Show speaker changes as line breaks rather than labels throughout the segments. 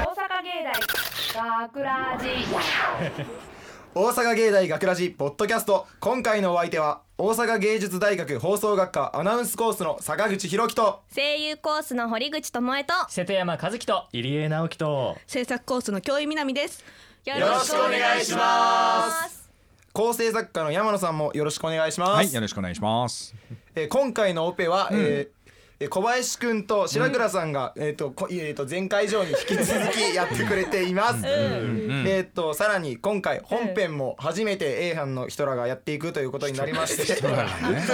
大学ラジ
大阪芸大学ラジポッドキャスト今回のお相手は大阪芸術大学放送学科アナウンスコースの坂口博樹と
声優コースの堀口智恵と
瀬戸山和樹と
入江直樹と
制作コースの京井みなみです
よ
ろしくお願いします構成作家の山野さんもよろしくお願いします、
はい、よろしくお願いします。
えー今回のオペは、えーえー小林くんと白倉さんが、えっ、とこえーと前回以上に引き続きやってくれています。えっとさらに今回本編も初めて A 班の人らがやっていくということになりまして、
そ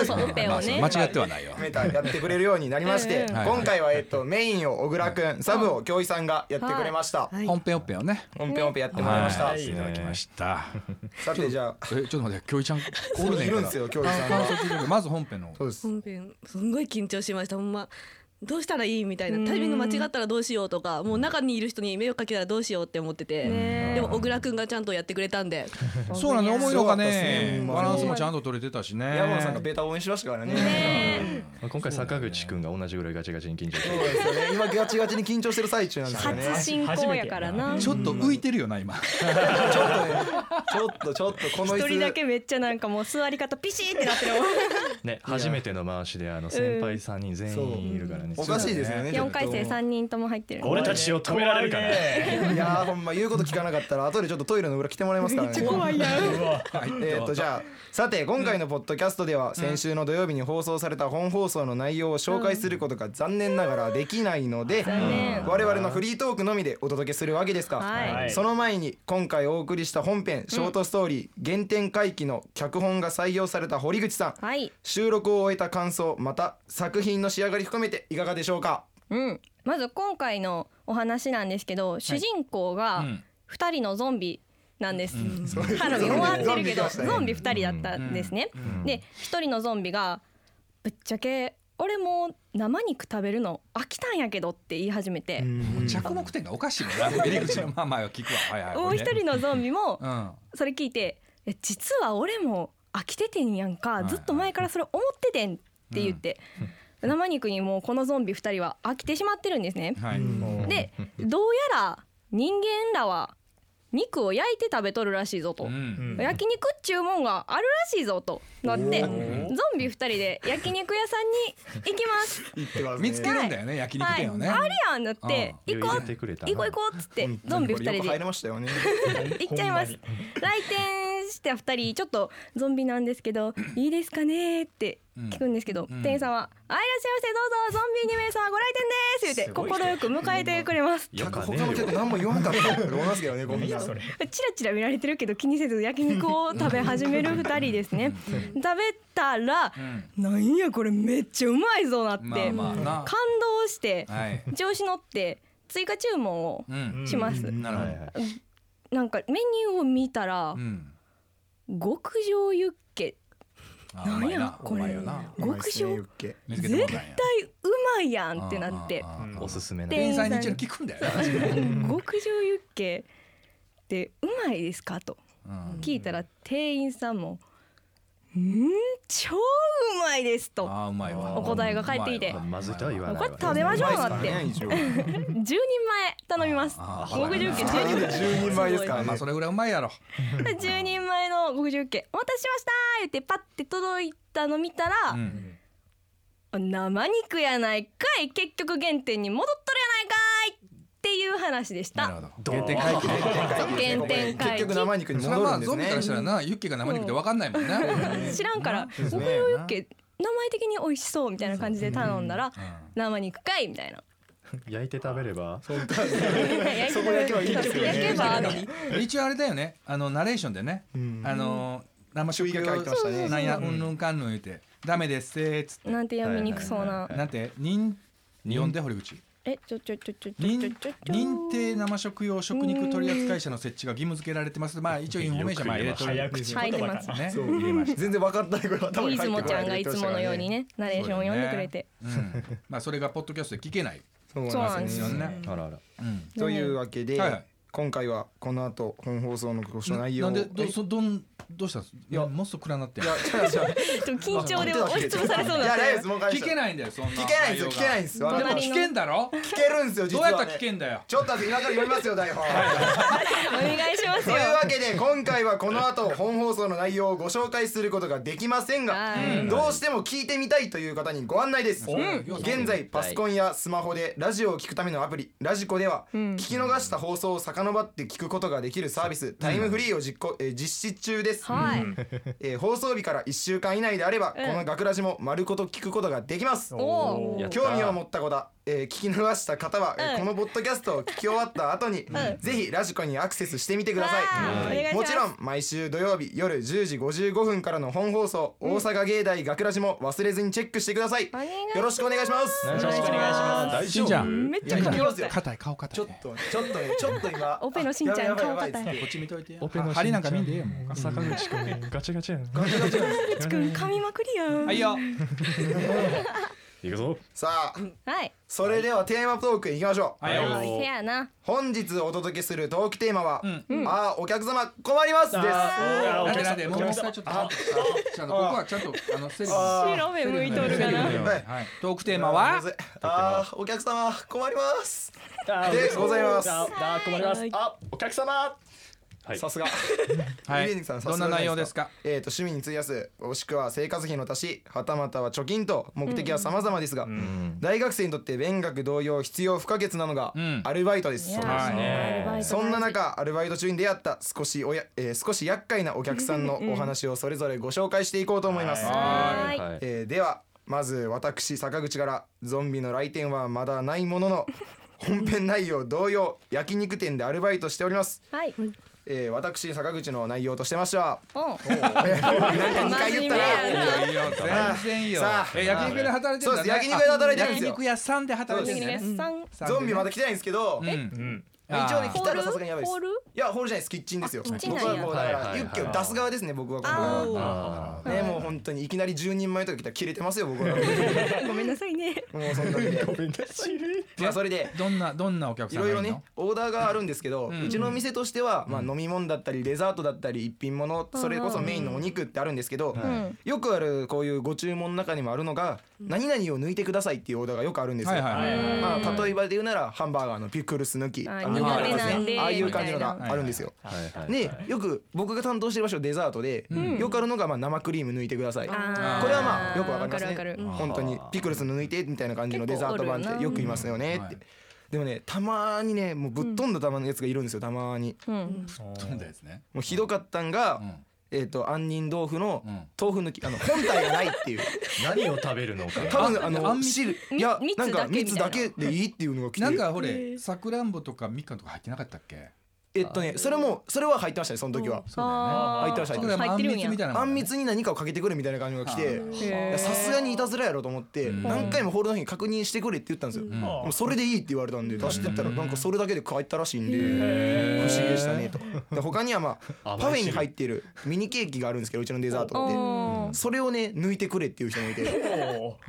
うそうオペをね
まあ間違ってはないよ。
メタやってくれるようになりまして、
ん
今回はえっ、とメインを小倉くん、サブを京井さんがやってくれました。
本編オッペをね。
本編オペやってもらいました。
いただきました。
さてじゃあ
え、ちょっと待って、京一ちゃん、オール
い
デン
る
か
んで
ら
すよ京井さん
感
が。
想聞いてくれまず本編の。
そうです。
本編すんごい緊張しましたほんまどうしたらいいみたいなタイミング間違ったらどうしようとかもう中にいる人に迷惑かけたらどうしようって思ってて、でも小倉くんがちゃんとやってくれたんで
そうなんだ、思いのがね
そうだったっすね、
バランスもちゃんと取れてたしね。
山野さんがベータ応援しましたからね。
まあ今回坂口くんが同じぐらいガチガチに緊張して
そうですよね。今ガチガチに緊張してる最中なんですよね。
初進行やからな
ちょっと浮いてるよな、今。
ちょっとね、ちょっとちょっとこの
一
椅子
人だけめっちゃなんかもう座り方ピシーってなってるもん
ね初めての回しであの先輩三人全員いるからね
おかしいですよね。
四回生三人とも入ってる
俺たちを止められるかな
人。いやーほんま言うこと聞かなかったら後でちょっとトイレの裏来てもらいますからね。
いな
えー、とじゃあさて今回のポッドキャストでは先週の土曜日に放送された本放送の内容を紹介することが残念ながらできないので
念
我々のフリートークのみでお届けするわけですが、
はい
その前に今回お送りした本編ショートストーリー「原点回帰」の脚本が採用された堀口さん
はい
収録を終えた感想また作品の仕上がり含めていかがでしょうか
うんまず今回のお話なんですけど主人公が
うん
二人のゾンビなんです、 ハロウィン終わってるけどゾンビ二人だったんですね、で一人のゾンビがぶっちゃけ俺もう生肉食べるの飽きたんやけどって言い始めて、
着目点がおかしいもんな。入り口のまあまあ聞くわ。 はいはい。
もう一人のゾンビも
うん。
それ聞いて「いや実は俺も飽きててんやんか
い
ずっと前からそれ思っててん」って言って、生肉にもうこのゾンビ2人は飽きてしまってるんですね。
はい。
でどうやら人間らは肉を焼いて食べとるらしいぞと。
うん。
焼肉っちゅうもんがあるらしいぞとなってゾンビ2人で焼肉屋さんに行きます
見つけるんだよね、焼肉店をね。
はい、あるやんだって
うん
行こ
入
う
れてくれたな
行こう行こうっ つってゾンビ2人
よく入
で
れましたよね
行っちゃいます来店した2人ちょっとゾンビなんですけどいいですかねって聞くんですけど、店員さんは「あいらっしゃいませどうぞゾンビ2名様ご来店です」言って快く迎えてくれます
よか
他
ね
の客何も言わんかったと思いますけどねこんな
チラチラ見られてるけど気にせず焼肉を食べ始める2人ですね食べたら「なんやこれめっちゃうまいぞ」なって、
まあまあな
感。動して
はい。
調子乗って追加注文を
うん。
します、
なる
は
ほ
い
ど。
はい
なんかメニューを見たら
うん。
「極上ユッケ」
あうまいな。
こ
うまい
れ
よな。
極上絶
見つけてもらったんや
対うまいやんってなって
ああああああ
おすすめな
で
店員さんに一応聞くんだよな。
「極上ユッケってうまいですか?」と
うん
聞いたら店員さんも「うん超うまいです」と
ああうまいわ。
お答えが返ってきて
う
まずいとは言
「
わ
こ
な
れ
いわ
食べましょう」なって
ね
10
一応
人前頼みます
あー
極上ユッケ
二人で
10人
10人前ですから
ま
ね
あそれぐらいうまいやろ。
前10人前の極上ユッケ「お待たせしました」言ってパッて届いたの見たら「
うん。
生肉やないかい結局原点に戻っとるやないかいっていう話でし
なる
た
ほど。原点回帰。
原点
結
回
局
帰
生肉に
それは
戻る
ま
ん
あ
で
ゾ
す
ンビからした
ね
らなユッケが生肉ってわかんないもんね。
知らんから「おこれユッケ名前的に美味しそう」みたいな感じで頼んだら「生肉かい」みたいな
焼いて食べれば
焼
そこだけはいいですよね
けばあの
一応あれだよね。あのナレーションでね。あの生食用
注意書き入ってましたね
なんやうんぬんかんぬん言ってダメですせーっつっ
なんて読みにくそうな
て。なんて認呼んで堀口。
えちょちょちょちょちょちょ
認
ちょちょ
認定生食用食肉取扱者の設置が義務付けられてます。まあ一応インフォメーションまあ入れとる
早口
入っ
言
て
葉
ます
か
ね。入れました。
全然分かったぐらい頭に入っ
出
て
雲
こ
ち
な
ゃんがいつものようにねナレーションを読んでくれて
うんまあそれがポッドキャストで聞けない
そう
そう
な
な
で
んんですす
よ
よ
ね
ね
あらあら
うん
というわけで
はいはい
今回はこの後本放送のご視聴内容を
なんで ど
え
そどんどうしたんですい
や
やもっと暗なって
いや違う違う
ちょっと緊張で押しつぶされそう
い
な
や
ん
大丈夫で
で
すもう返し
聞
た
けないんだよそんな
聞けないんですよ聞けないんですよ
内容が
でも聞けんだろ
聞けるんですよ実
どうや
は、
っ
ね、
たら聞けんだよ
ちょっと今から読みますよ台本
お願いします
とい
よ
うわけで今回はこの後本放送の内容をご紹介することができませんが
はい
どうしても聞いてみたいという方にご案内です現在パソコンやスマホでラジオを聞くためのアプリラジコでは聞き逃した放送を遡って聞くことができるサービスタイムフリーを実行えー実施中です
はい
えー放送日から1週間以内であればこの学ラジも丸ごと聞くことができます
おお
やった
興味を持った方、えー聞き流した方は、えー
うん
このポッドキャストを聞き終わった後に、ぜひラジコにアクセスしてみてくださ
わーお願い
い、
します
もちろん毎週土曜日夜10時55分からの本放送、大阪芸大学ラジも忘れずにチェックしてください
願いします
よろしくお願いします
よろしくお願いします。大
しんちゃん
めっち
や
ゃ
いやい
かっ
き
こ
ま
い
すよ
い
硬い顔硬い
ちょっとちょっとねちょっと今
オペのしんちゃん
あやばいやばい
顔硬い
こっち見といてや
オペのしんちゃん
針なんか見んでええよもう
坂口くんガチガチやん。
口くん噛みまくりやん
はいよ
行くぞ。
さあ
はい
それではテーマトークいきましょう
はいよ
せやな
本日お届けするトークテーマは、ああお客様困りますです
ダ
お
メ
客
な
さ
ん
ん
でもう一回ちょっとあちゃんとここはちゃんとあのセリフ
白目向いとるがな
はいはいトークテーマは
あーお客様困りますで
で
ございます
ああ困ります。あお客様。はい。
さすが
は
リリ
い
ンさん
どんな内容ですか
えー、と趣味に費やすもしくは生活費の足しはたまたは貯金と目的は様々ですが、大学生にとって勉学同様必要不可欠なのが
ん
アルバイトです、
いや
は
ー
い
アルバイト大事
そんな中アルバイト中に出会った少しおや、えー少し厄介なお客さんのお話をそれぞれご紹介していこうと思います、
はーい
はい。
えーではまず私坂口からゾンビの来店はまだないもの の本編内容同様焼肉店でアルバイトしております、
はい
えー私坂口の内容としてましては
おう
なんか2回言った
真面目や
な
やいいよ全然いいよ
さあ
え焼肉屋で働いてるんだね
そうです焼肉屋で働いてるんですよ
あ焼肉屋さんで働いてるん
国
だね
根さん
ゾンビまだ
来
来てないんですけど、
う
一
ん
うん。
応ね
あー
来たらさすがにやばいです
ホール
いやホールじゃないですキッチンですよ
ッチンなん
僕
や
はもうだか
はいはい
ら
はい
ユッケを出す側ですね僕はこの
あ
ねもう本当にいきなり10人前とか来たら切れてますよ僕は も
ごめんなさいね
うそんなん でまあそれで
どんなどんなお客
い
さん
ろ
が
い
い
ろ
る
ね
の
オーダーがあるんですけど、
う
うんちのお店としては、まあ、飲み物だったりデザートだったり一品物、それこそメインのお肉ってあるんですけど、
ん
よくあるこういうご注文の中にもあるのが、何々を抜いてくださいっていうオーダーがよくあるんですよ。
はいはいはいはい
まあ、例えばで言うならハンバーガーのピクルス抜き
あ
あの
苦手なん
で
ああいう感じのが
みたいな
あるんですよ。
はいはい。
でよく僕が担当してる場所デザートで、よくあるのがまあ生クリーム抜いてください。これ
あー
はまあよくわかります
わかる
ね
わかる。
本当にピクルスの抜いてみたいな感じのデザート版ってよく言いますよね
うん
って。でもねたまにねもうぶっ飛んだたまのやつがいるんですよたまに。
うん
どんなやつね
もうひどかったんが、
ん
えっ、と杏仁豆腐の
うん
豆腐抜きあの本体がないっていう
何を食べるのか。
多分
あ
あ
あ
の
ん
汁いや
み
なんか
蜜
蜜
だ
だ
け
けでいいっていうのが来て
なんかほれさくらんぼとかみかんとか入ってなかったっけ
えっとねそれもそれは入ってましたねその時は、
そうだよね
あー
入ってました入
そ
ってまし
れはまあ
入
あ
っ
ん
てるん
み
や
つみたいな
たあんみ
つ
つに何かをかけてくれみたいな感じのが来て
うん
いやさすがにいたずらやろと思って、
うん
何回もホールの日に確認してくれって言ったんですよ、でもそれでいいって言われたんで出してったらなんかそれだけで帰ったらしいんで不思議でしたねとで他にはまあパフェに入ってるミニケーキがあるんですけどうちのデザートって
おー
それをね抜いてくれっていう人もいて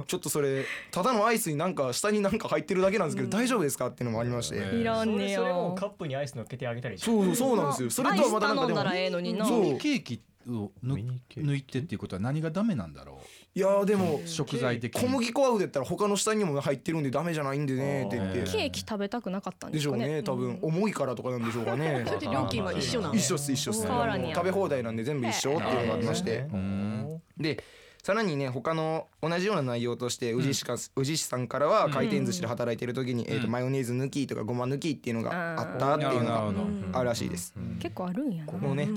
ちょっとそれただのアイスになんか下になんか入ってるだけなんですけど大丈夫ですかっていうのもありまして、
うん
いら
そ
んね
れそれも
よ
カップにアイス乗っけてあげたりして。
そうそうなんですよそれとはまたなんか
ア
で
イス頼んだ
も
らええのにな
そう
ミニケーキを
ミ
抜
ニケーキ
抜いてっていうことは何がダメなんだろ
いやーでも
う食材的
小
に
麦粉アウだったら他の下にも入ってるんでダメじゃないんでねって言っ
ケ
て
ーキ食べたくなかったんで
ですしょ
か
う
ね
ね多分重いからとかなんでしょうか ね
それで料金は一緒なの
一緒っす一緒っす
変わらんねや
食べ放題なんで全部一緒っていうのがありまして
うん
でさらにね他の同じような内容として宇治市か宇治市さんからは回転寿司で働いてる時に、えー、とマヨネーズ抜きとかごま抜きっていうのがあったっていうの
あーなるほどなる
があるらしいです。
結構あるんやな
もうね、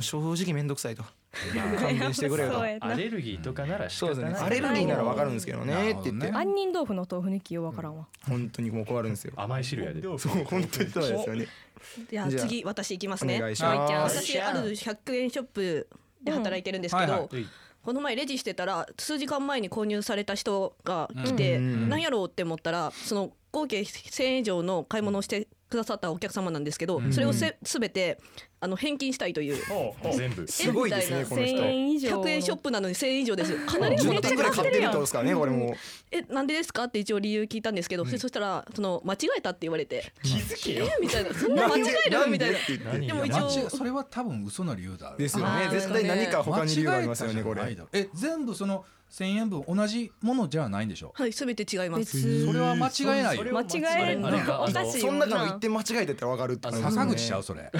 正直めんどくさいと勘弁してくれよと。
そうや
ア
な
レルギーとかなら仕
そうで
方
す
ない。
ねアレルギーならわかるんですけどねって言っ
な
て
るほどね
杏仁豆腐の豆腐抜きようわからんわ
本当にもう困るんですよ。
甘い汁やで。
そう本当にそうなんですよね。
じゃあ
じゃあ
次私行きます
お
ね
願いします。
私ある100円ショップで働いてるんですけ
うん
ど、
はいは
この前レジしてたら数時間前に購入された人が来て、なんやろうって思ったらその合計1,000円以上の買い物をしてくださったお客様なんですけど、それをせ全てああの返金したいという
おうおう
全部
すごいですね
えみ
こ
た
の
千
人
円以上の
100円ショップなのに1000円以上ですよかなり
10
めっちゃ
点ぐらい買ってるってことですからねこれも
えなんでですかって一応理由聞いたんですけど、そしたらその間違えたって言われて
気づけよ
えみたいなそんな間違えるみたいな
言って
でも一
間違
応
いそれは多分嘘の理由だろう
ですよ
あ
ね
ー
絶対何か他に理由ありますよねこ
間違えたじゃない
れ
だろえ全部その1000円分同じものじゃないんでしょ
はい全て違います
それは間違えない
それ
よ
を
間違える
あれか
のおかしい
そん中の一
な。
点間違えてって分かるって感じですよ
坂
ね
口ちゃうそれ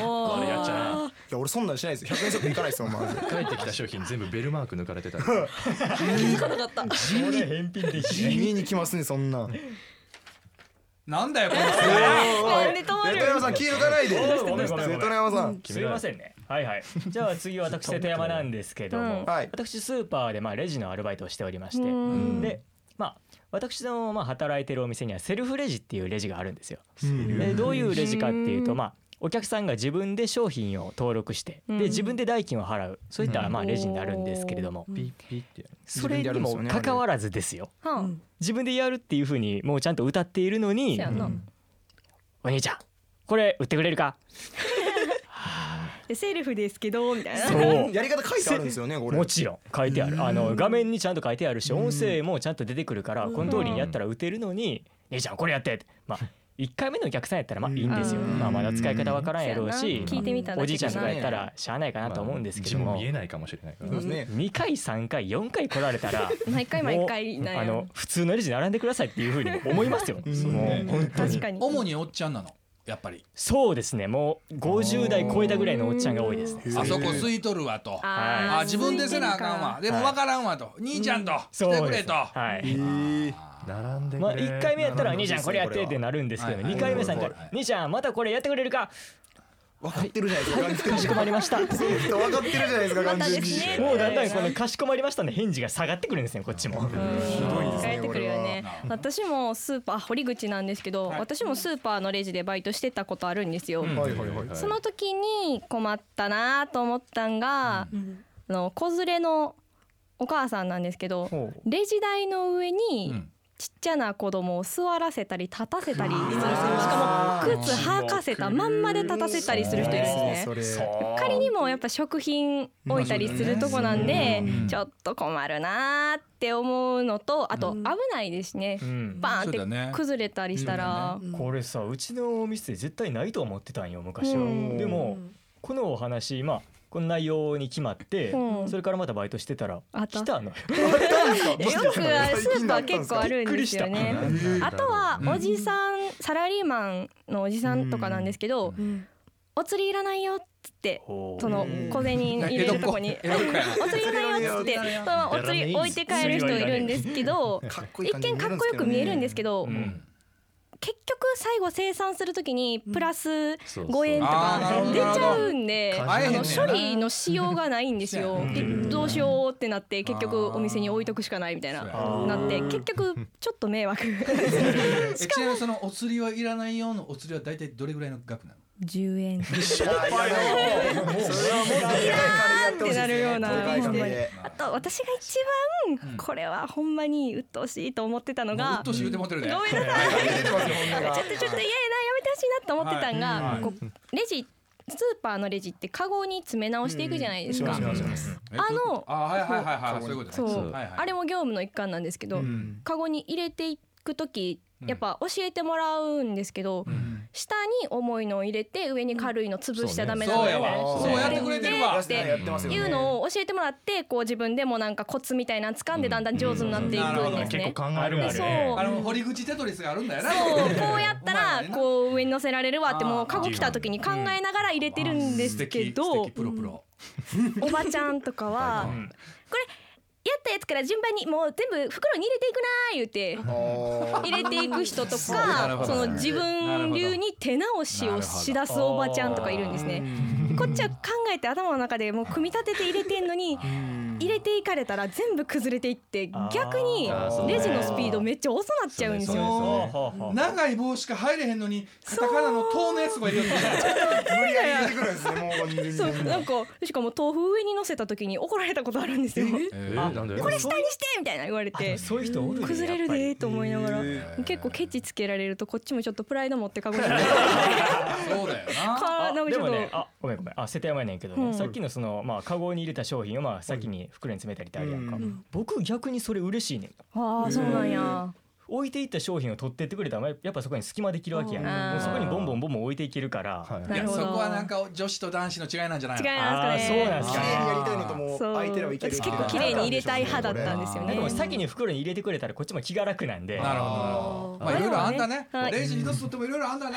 おー
あれやっちゃう
いや俺そんなんしないですよ100円ショップ行かないですよまず
帰ってきた商品全部ベルマーク抜かれて た
地味返品できな
地
い
味に来ますねそんなん
なんだよこの
なんで止ま
瀬
る
戸山さん気抜かないで
おいごめんごめんごめん
瀬戸山さん
すいませんねはいはいじゃあ次は私瀬戸山なんですけど
うん
も
はい
私スーパーでまあレジのアルバイトをしておりまして
うん
でまあ私のまあ働いてるお店にはセルフレジっていうレジがあるんですよでどういうレジかっていう
う
と
ん
まあお客さんが自分で商品を登録して
うん
で自分で代金を払うそういったまあレジになるんですけれども
ピッピッって
それにもかかわらずですよ
はん
自分でやるっていうふうにもうちゃんと歌っているの
そう
に
やな。
お兄ちゃんこれ売ってくれるか
でセルフですけどみたいな。
そう
やり方書いてあるんですよねこれ
もちろん書いてあるあの画面にちゃんと書いてあるし音声もちゃんと出てくるからこの通りにやったら打てるのに「姉ちゃんこれやって」ってまあ1回目のお客さんやったらまあいいんですよ
うん
まあまだ使い方わからんやろう
そうや
し
な聞いてみただけ
おじいちゃんと
か
か
な
やったらしゃあないかなと思うんですけど
まあ
も
字も見えないかもしれないから
そうですね
2回3回4回来られたら
毎回毎回なん
もう
や
あの普通のレジ並んでくださいっていうふうに思いますよもう本当に
確かに。
主におっちゃんなのやっぱり
そうですねもう50代超えたぐらいのおっちゃんが多いですね
あそこ空いとるわと
あー
あ自分でせなあかんわ。でも
はい
分からんわと兄ちゃんと
そう
してく
で
れ
す
と
はい
並んでくれ
まあ、1回目やったら「
並んで
兄ちゃんこれやって」ってなるんですけど
はいはい
2回目3
は
回
いはい
「兄ちゃんまたこれやってくれるか
分かってるじゃないですか完全
かしこまりました」
に分かってるじゃないですか完全に
またですね
もうだんだんこの「かしこまりました」の返事が下がってくるんですねこっちも。
ひ
どいですね
てくるよね
これは。
私もスーパー堀口なんですけど、
はい
私もスーパーのレジでバイトしてたことあるんですよ。
はいはいはい
その時に困ったなと思ったんが、あの子連れのお母さんなんですけど、
ほう
レジ台の上に、
うん
ちっちゃな子供を座らせたり立たせたりするし
あ
か
ー
も靴履かせたまんまで立たせたりする人いるんですね
そ。れそれ
仮にもやっぱ食品置いたりするとこなんでちょっと困るなーって思うのとあと危ないですね
うん
バ
そう
ー
だ
ンっ
ね
て崩れたりしたら
これさうちのお店絶対ないと思ってたんよ昔は
うん
でもこのお話まあこの内容に決まって
うん
それからまたバイトしてたら
あった
来たのよ
なんですか
よくあるスーパ
最
ー
近
結構あるんですよね
なんだろう
あとはおじさんサラリーマンのおじさんとかなんですけどお釣りいらないよっつって
ほう
その小銭入れるとこに
江戸っ子やな
お釣りいらないよっつってそのお釣り置いて帰る人いるんですけど
かっこいい
一
感じに
見かっこよく見えるんですけど
うん
結局最後生産するときにプラス
そう
5円と
あーなる
か
ほど
出ちゃうんで
な
あ
るほど
の処理のしようがないんです よ
うん
でどうしようってなって結局お店に置いとくしかないみたいな
あー
なって結局ちょっと迷 惑
えちなみにそのお釣りはいらないようのお釣りは大体どれぐらいの額なの
10円
それはもっとでかい金やってほしいですね
ってなるような
でかい金で
あと私が一番これはほんまに鬱陶しいと思ってたの
もうう
が
っとうしい言うてもってる
ご
で
めんなさ
出
い
てますよ本音が
ちょっとちょっと嫌やなやめてほしいなと思ってたんが、
はい
こうレジスーパーのレジってカゴに詰め直していくじゃないですか、
え
あの
あはいはいはいはいそういうことね
そう
そう
はいはい
あれも業務の一環なんですけど、
うん
カゴに入れていく時やっぱ教えてもらうんですけど、下に重いのを入れて上に軽いの潰しちゃダメな
そ
の
う
で
やわそうやってくれてるわ
で
やってますよね
いうのを教えてもらってこう自分でもなんかコツみたいなの掴んでだんだん上手になっていく
うんうんん
で
なるほ
す
ど
ね
結。構考える
で
わ
そう
ね
あの堀口テトリスがあるんだよな
そうこうやったら
うまいね
こう上に乗せられるわっても
あ
う
ー
カゴ来た時に考えながら入れてるんですけ
素敵素
ど
敵プロプロ
おばちゃんとかは これやったやつから順番にもう全部袋に入れていくなー言うて
あ
入れていく人と
なるほ
か
ど
その自分流に手直しをしだすおばちゃんとかいるんですね。こっちは考えて頭の中でもう組み立てて入れてんのに入れていかれたら全部崩れていって逆に
あーそうね
レジのスピードめっちゃ遅なっちゃうんです
そう
よ。
ね
ほうほうほう
長い帽子が入れへんのにカタカナの「塔」のやつがいるんで
無理やり入れてくるんですねもう全
そう
然
なんかしかも豆腐上に乗せた時に怒られたことあるんですよ。下に
えーなんで
これ
してみたいな言われて
そういう人おるね
崩れるで
やっぱ
ー
り
と思いながら結構ケチつけられるとこっちもちょっとプライド持ってかぶられて
そうだよな
かなんか
で
ちょ
も
っと、
ね、あ、ごめんごめん、あ、世田山やねんけどね、
うん
さっきのその、まあ、カゴに入れた商品を、まあ、先に袋に詰めたりってあるやんか。
ん
僕、逆にそれ嬉しいねん。
ああそうなんや。
置いていった商品を取ってってくれたら、やっぱそこに隙間できるわけやん。
あー
もうそこにボンボンボンボン置いていけるから。
はい
い
な
や
るほ
そ
ど
こはなんか女子と男子の違いなんじゃない
違い
の
ま
あ
す
ー
か
そうな
ね。
ん
綺
ですか
麗にやりたいのともう
そう
相手らはいける
私結構綺麗に入れたい派だったんですよ
で
ね。
も先に袋に入れてくれたらこっちも気が楽なんで
なるほどなるほどまあいろいろあんだね
はい
レジ一つとってもいろいろあんだね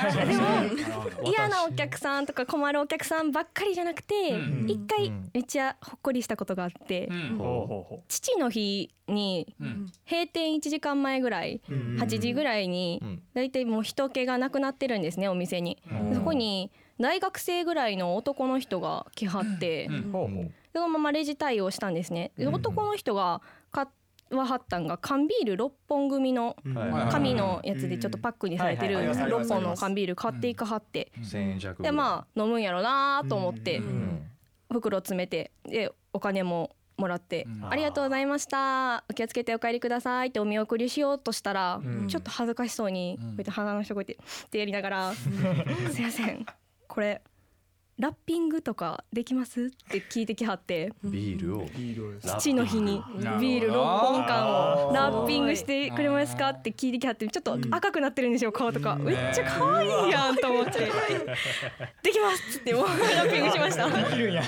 嫌なお客さんとか困るお客さんばっかりじゃなくて
うん
一回めっちゃほっこりしたことがあって
うん
ほうほうほ
父の日に
うん
閉店1時間前ぐらい8時ぐらいに
うん
だいたいもう人気がなくなってるんですねお店に
うん
そこに大学生ぐらいの男の人が来はって
うほうほう
そのままレジ対応したんですねで男の人が買わはったんが缶ビール6本組の
はい
紙のやつでちょっとパックにされてる
はいはい
はい
6本の缶ビール買っていかはって
千円弱
でまあ飲むんやろなと思って
あ
袋詰めてでお金ももらって
う
「
ん
ありがとうございましたお気をつけてお帰りください」ってお見送りしようとしたら
うん
ちょっと恥ずかしそうにこうやって鼻の下こうやってってやりながら「すいませんこれラッピングとかできます?」って聞いてきはって
ビールを
父の 日に
なるほど
ビール6本缶をラッピングしてくれますか
あー
って聞いてきはってちょっと赤くなってるんですよ顔とかめっちゃ可愛いやんと思って「できます」ってもうラッピングしました
できるんや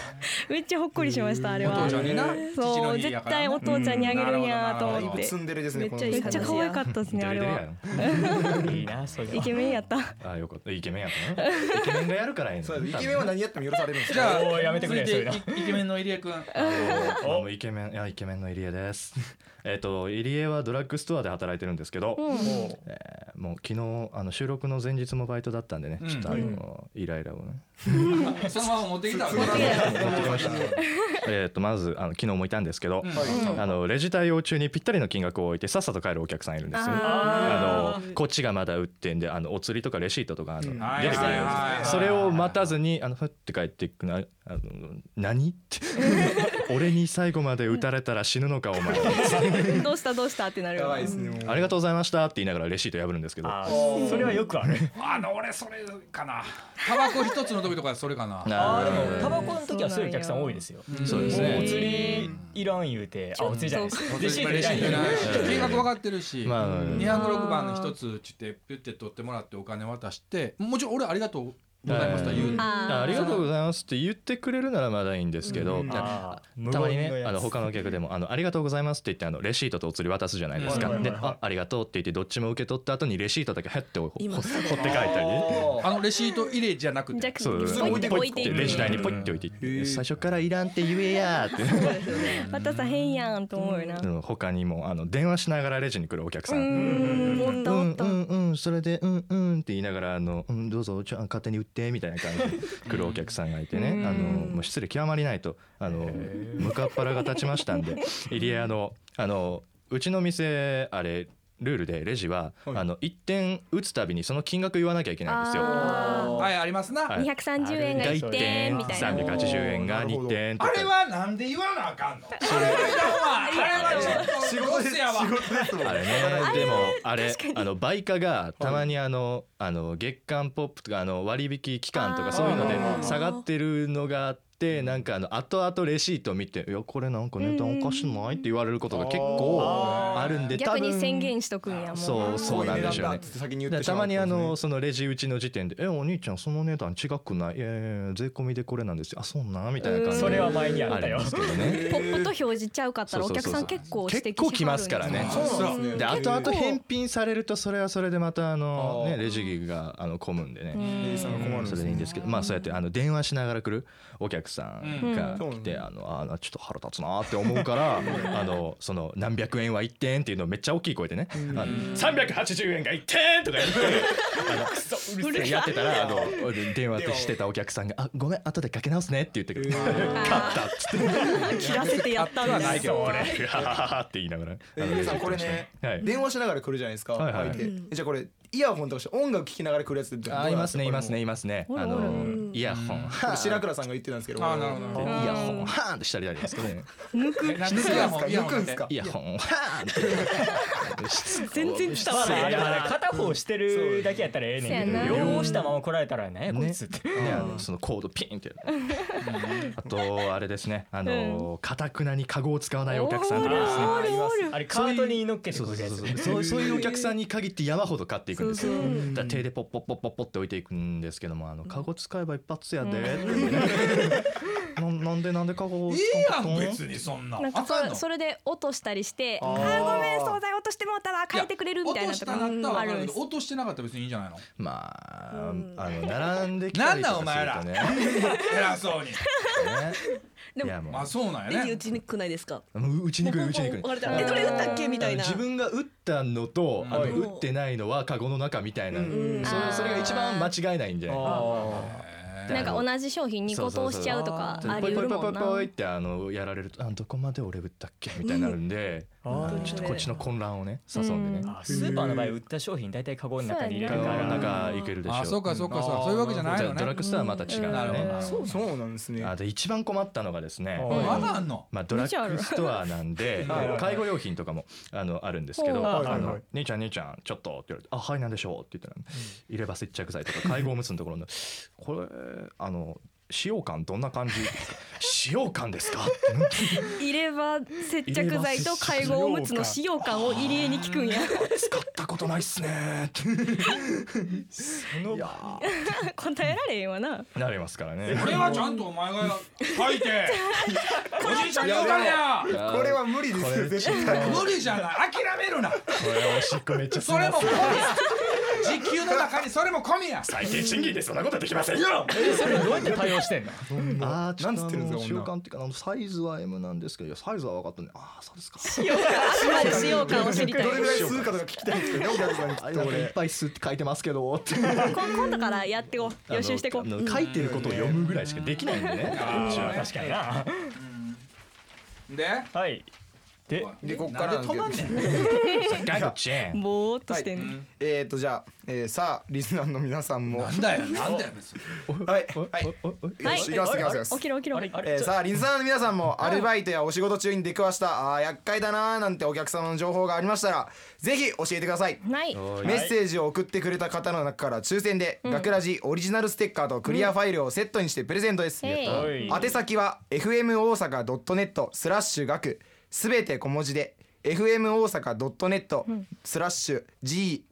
めっちゃほっこりしましたあれ
お
は
父ちゃんにな父
そ
の
う
日
絶
やから
対お
ね
父ちゃんにあげるんやと
うん
思
なる
っ
ほ
て
積んでるですねこの
め
め
っ
っ
人
ちゃ可愛かったですねあれは
いいなそれはい
イケメンやった
あよかったイケメンやったねイケメンがやるからや ね
そうイケメンは何やっても許されるんです
じ
よ
ゃあ
おーやめてく
続
れ
い
それ
て
な
イイケメンの入江君
おイケメンいやイケメンの入江です えっと入江はドラッグストアで働いてるんですけど、
もう
えーもう昨日あの収録の前日もバイトだったんでね、
うん
ちょっとあのイライラをね、
そのまま持ってきた
えーっとまずあの昨日もいたんですけど、
う
あのレジ対応中にぴったりの金額を置いてさっさと帰るお客さんいるんですよ。
あ
あのこっちがまだ売ってんであのお釣りとかレシートとかあの
はい
出てくれるんです
はい
それを待たずにあのふって帰っていくなあの何って俺に最後まで打たれたら死ぬの かお前
どうしたどうしたってなる
やばいですねもう
ありがとうございましたって言いながらレシート破るんですけど
あーそれはよくある
あの俺それかなタバコ一つの時とかそれかな
なるほ
タバコの時はそういうお客さん多いですよ
どそうです
もうお
ね
釣りいらん言うてあお釣りじゃないですレ
レ
シ
シ
ートいらん
ー
言
ト
うて
ない金額分かってるし、
まあまあ
二百六番の一つちってピュって取ってもらってお金渡して、もちろん俺ありがとうございました言う。
あ
あ
ありがとうございますって言ってくれるならまだいいんですけど、
あー
たまに
無言の
ね
やつ
あの他のお客でもあの「ありがとうございます」って言ってあのレシートとお釣り渡すじゃないですか、
うん
で
はいはいはい
あ「ありがとう」って言ってどっちも受け取った後にレシートだけへってほほほ
今
ほって帰ったり
あのレシート入れじゃなく
じゃ
て、
あ
そう
ポイ
置い
ってて
ポ
置
イっ
いて
てレジ台にポイって置いていって最初から「いらんって言えや」って
渡さへんやんと思うよな
うん他にもあの電話しながらレジに来るお客さ
うんんおっ
う
たお
ん
った
うんうんそれでうんうんって言いながらあのうんどうぞちょ勝手に売ってみたいな 感じで来るお客さんがいてねあのもう失礼極まりないとあのムカッパラが立ちまし たんで入江あのあのうちの店あれルールでレジはあの一点打つたびにその金額言わなきゃいけないんですよ。
あ
はいありますな。
は
ー
い
230円が
が
1
1
点
点
みたいな
380円が2点と
あ
か
れはなんで言わなあかんの。あれはちょっと
仕事です仕
やわ。
事ですもん
あれねでもあれあの売価がたまにあのあの月間ポップとかあの割引期間と
あー
かそういうので
あ
ー
下がってるのがあってなんかあの後々レシート見て「いやこれなんか値段おかしない?」って言われることが結構あるんで多
逆
分
に宣言しとくんやも
そうそうなんですよ
こい値段だっ
ね
つって先に言っ
で
てしま
た
う
まにあのそのレジ打ちの時点で「えお兄ちゃんその値段違くないいやいやいや税込みでこれなんですよあそうなん?」みたいな感じで
それは前にあった
あ
よ
るんですけど ね
ポップと表示ちゃうかったらお客さん結構指摘
結構来ますからね
そうなんですね
であとあと
へ
返品されるとそれはそれでまたあの
あー
ねレジがあの混むんでね。
えさんが困るん
そ
で
れ
す
でいいん
ね
ですけど、まあそうやってあの電話しながら来るお客さんが来て、あのあーちょっと腹立つなーって思うからあのその何百円は1点っていうのをめっちゃ大きい声でね「あの380円が1点!」とか言ってあのクソうるせえやってたらあの電話してたお客さんが「あごめん後でかけ直すね」って言って くれて「勝った」っつって
切らせてやったんだ
「俺ははは」って言いながらあ
え
の
皆さんこれね、
はい
電話しながら来るじゃないですか、
はいはい
相手えじゃあこれイヤホンとかして音楽聴きながら来るやつってどうなん
あいま
ですす
ね
か
いますねいますねあのイヤホン
これ白倉さんが言ってたんですけど
あーなるほどなる
でイヤホンハーンとしたりありますけどね
えなん
抜
で
くん
イヤ
です
ホン
か
イヤ
抜
ホ
く
ン
んですか
イヤホンハーンし
全然伝わ
ま
ら
あまあ
ない
でもね片方してるだけやったらええねんけど
そうやな
両方したまま来られたらねこいつって。
ね、あのそのコードピンってやるあとあれですねあのかたくなにカゴを使わないお客さんとかですね
ありますあれカートに乗っけて
そう
く
そう
る
そ
や
う
つ
そうそうそ
ね。
ういうお客さんに限って山ほど買っていくんですよ
そうそう
だから手でポッポッポッポッポッって置いていくんですけどもあのカゴ使えば一発やでってななんでなんでカゴを
い
使
や
うん
ん
か
別にそんな
なん
あ
か
か
そ
んの
れそれで落としたりして「あ
あー
ーごめん惣菜落としてもうたら変えてくれる」みたいなとか
落としたなったら
あ
分
る
か
ん
る
で
け
す
ど落としてなかったら別にいいんじゃないの
まああの並んできたりとかするとね
偉そうに
ね
でも
いやもう
まあそうなん
レ
や
ジ
ね
打ちにくないですか。
う打ちにくいうちにくい
ポンポンポンポンえこれ打ったっけみたいな。
自分が打ったのと、あの
はい
打ってないのはカゴの中みたいな、
ん
そそれが一番間違いないんじゃない
なんか同じ商品2個通しちゃうとかあ
ポ
り得
イポイ
る
ポイポ
も
イ
んな
ポイってあのやられるとあどこまで俺打ったっけみたいになるんで
ん
あのちょっとこっちの混乱をね誘うんでね、
あスーパーの場合売った商品大体カゴの中に入れ
カ
る
ゴ
か
の
ら。
中いけるでしょ
あそうかそうかそうかそういうわけじゃない
じゃ
の
あドラッ
ね
グストアはまた違うんだ
なるほどな
ね、
るほど
そうなんですね
あで一番困ったのがですね、
うん
まだあんの
まあ、ドラッグストアなんで
はいはい
介護用品とかもあのあるんですけ
ほう
ど
はい
あ
はいは
の
い
「姉ちゃん姉ちゃんちょっと」って言われて「あはいなんでしょう」って言ったら入れ歯接着剤 とか介護おむつのところの「これあの使用感どんな感じ ですか使用感ですか?」
入れ歯接着剤と介護おむつの使用感を入江に聞くんや
使ったことないっすね」って いや
答えられへんわな
ーなりますからね。
これはちゃんとお前が書いておじいちゃんに言われや
これは無理ですよ絶対
無理じゃない諦めるな
これおしっこめっちゃす
そ
み
れ
ま
も
せ
込
ん
みや時給の中にそれも込みや
最低賃金でそんなことできませんよ
えそれどうやって対応してんの？
ああ、ちょっと
なんつってるんですか
習
女
慣っていうか、あのサイズは M なんですけど、いやサイズは分かったね。ああ、そうですか。
ある使用感を知りたい
どれぐらい吸うかとか聞きたいんですけどねお客さんにき
あ
っ
れ
と
なんかい
俺
っぱい吸って書いてますけどって。
こ今度からやってこう予習してこ
あのあの書いてることを読むぐらいしかできないんでね。
確かにな。
で
はい。で、
でこっからなんですけど
なんで止まん
ガイチェ
う
ン。
ぼーっとしてんの、
えーとじゃあえーさあリスナーの皆さんもはい
なんだよなんだよ別に
はい
はい
よし行きます行きます
起きろ起きろ
あれあれ
えーさあリスナーの皆さんもアルバイトやお仕事中に出くわしたあー厄介だなーなんてお客様の情報がありましたらぜひ教えてください
ない
メッセージを送ってくれた方の中から抽選で「ガクラジオリジナルステッカーとクリアファイルをセットにしてプレゼントです、
へい
おい
宛先は fm 大阪 .net スラッシュ学すべて小文字で fm 大阪 .net スラッシ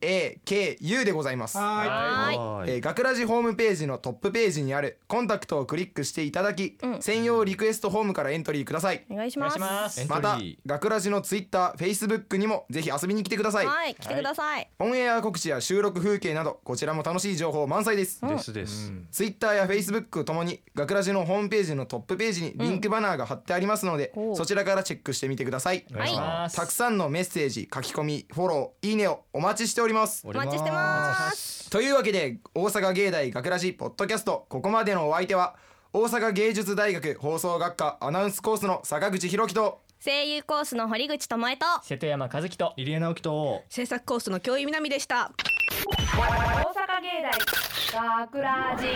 ュ GAKU でございます、
はーい
えー、学ラジホームページのトップページにあるコンタクトをクリックしていただき、専用リクエストフォームからエントリーください
お願いし
お願
ま
い
す
します。
また
エントリ
学ラジのツイッター、フェイスブックにもぜひ遊びに来てください、
はい来てください、
オンエア告知や収録風景などこちらも楽しい情報満載です、
ー。ですです。
ツイッターやフェイスブックともに学ラジのホームページのトップページにリンクバナーが貼ってありますので、
おう
そちらからチェックしてみてください、
お願いします。
たくさんのメッセージ書き込みフォローいいねをお待ちしております
お
お待ちしてます
というわけで大阪芸大学ラジポッドキャストここまでのお相手は大阪芸術大学放送学科アナウンスコースの坂口博樹と
声優コースの堀口智恵と
瀬戸山和樹と
入江直樹と。
制作コースの教員南でした。
大阪芸大学ラジ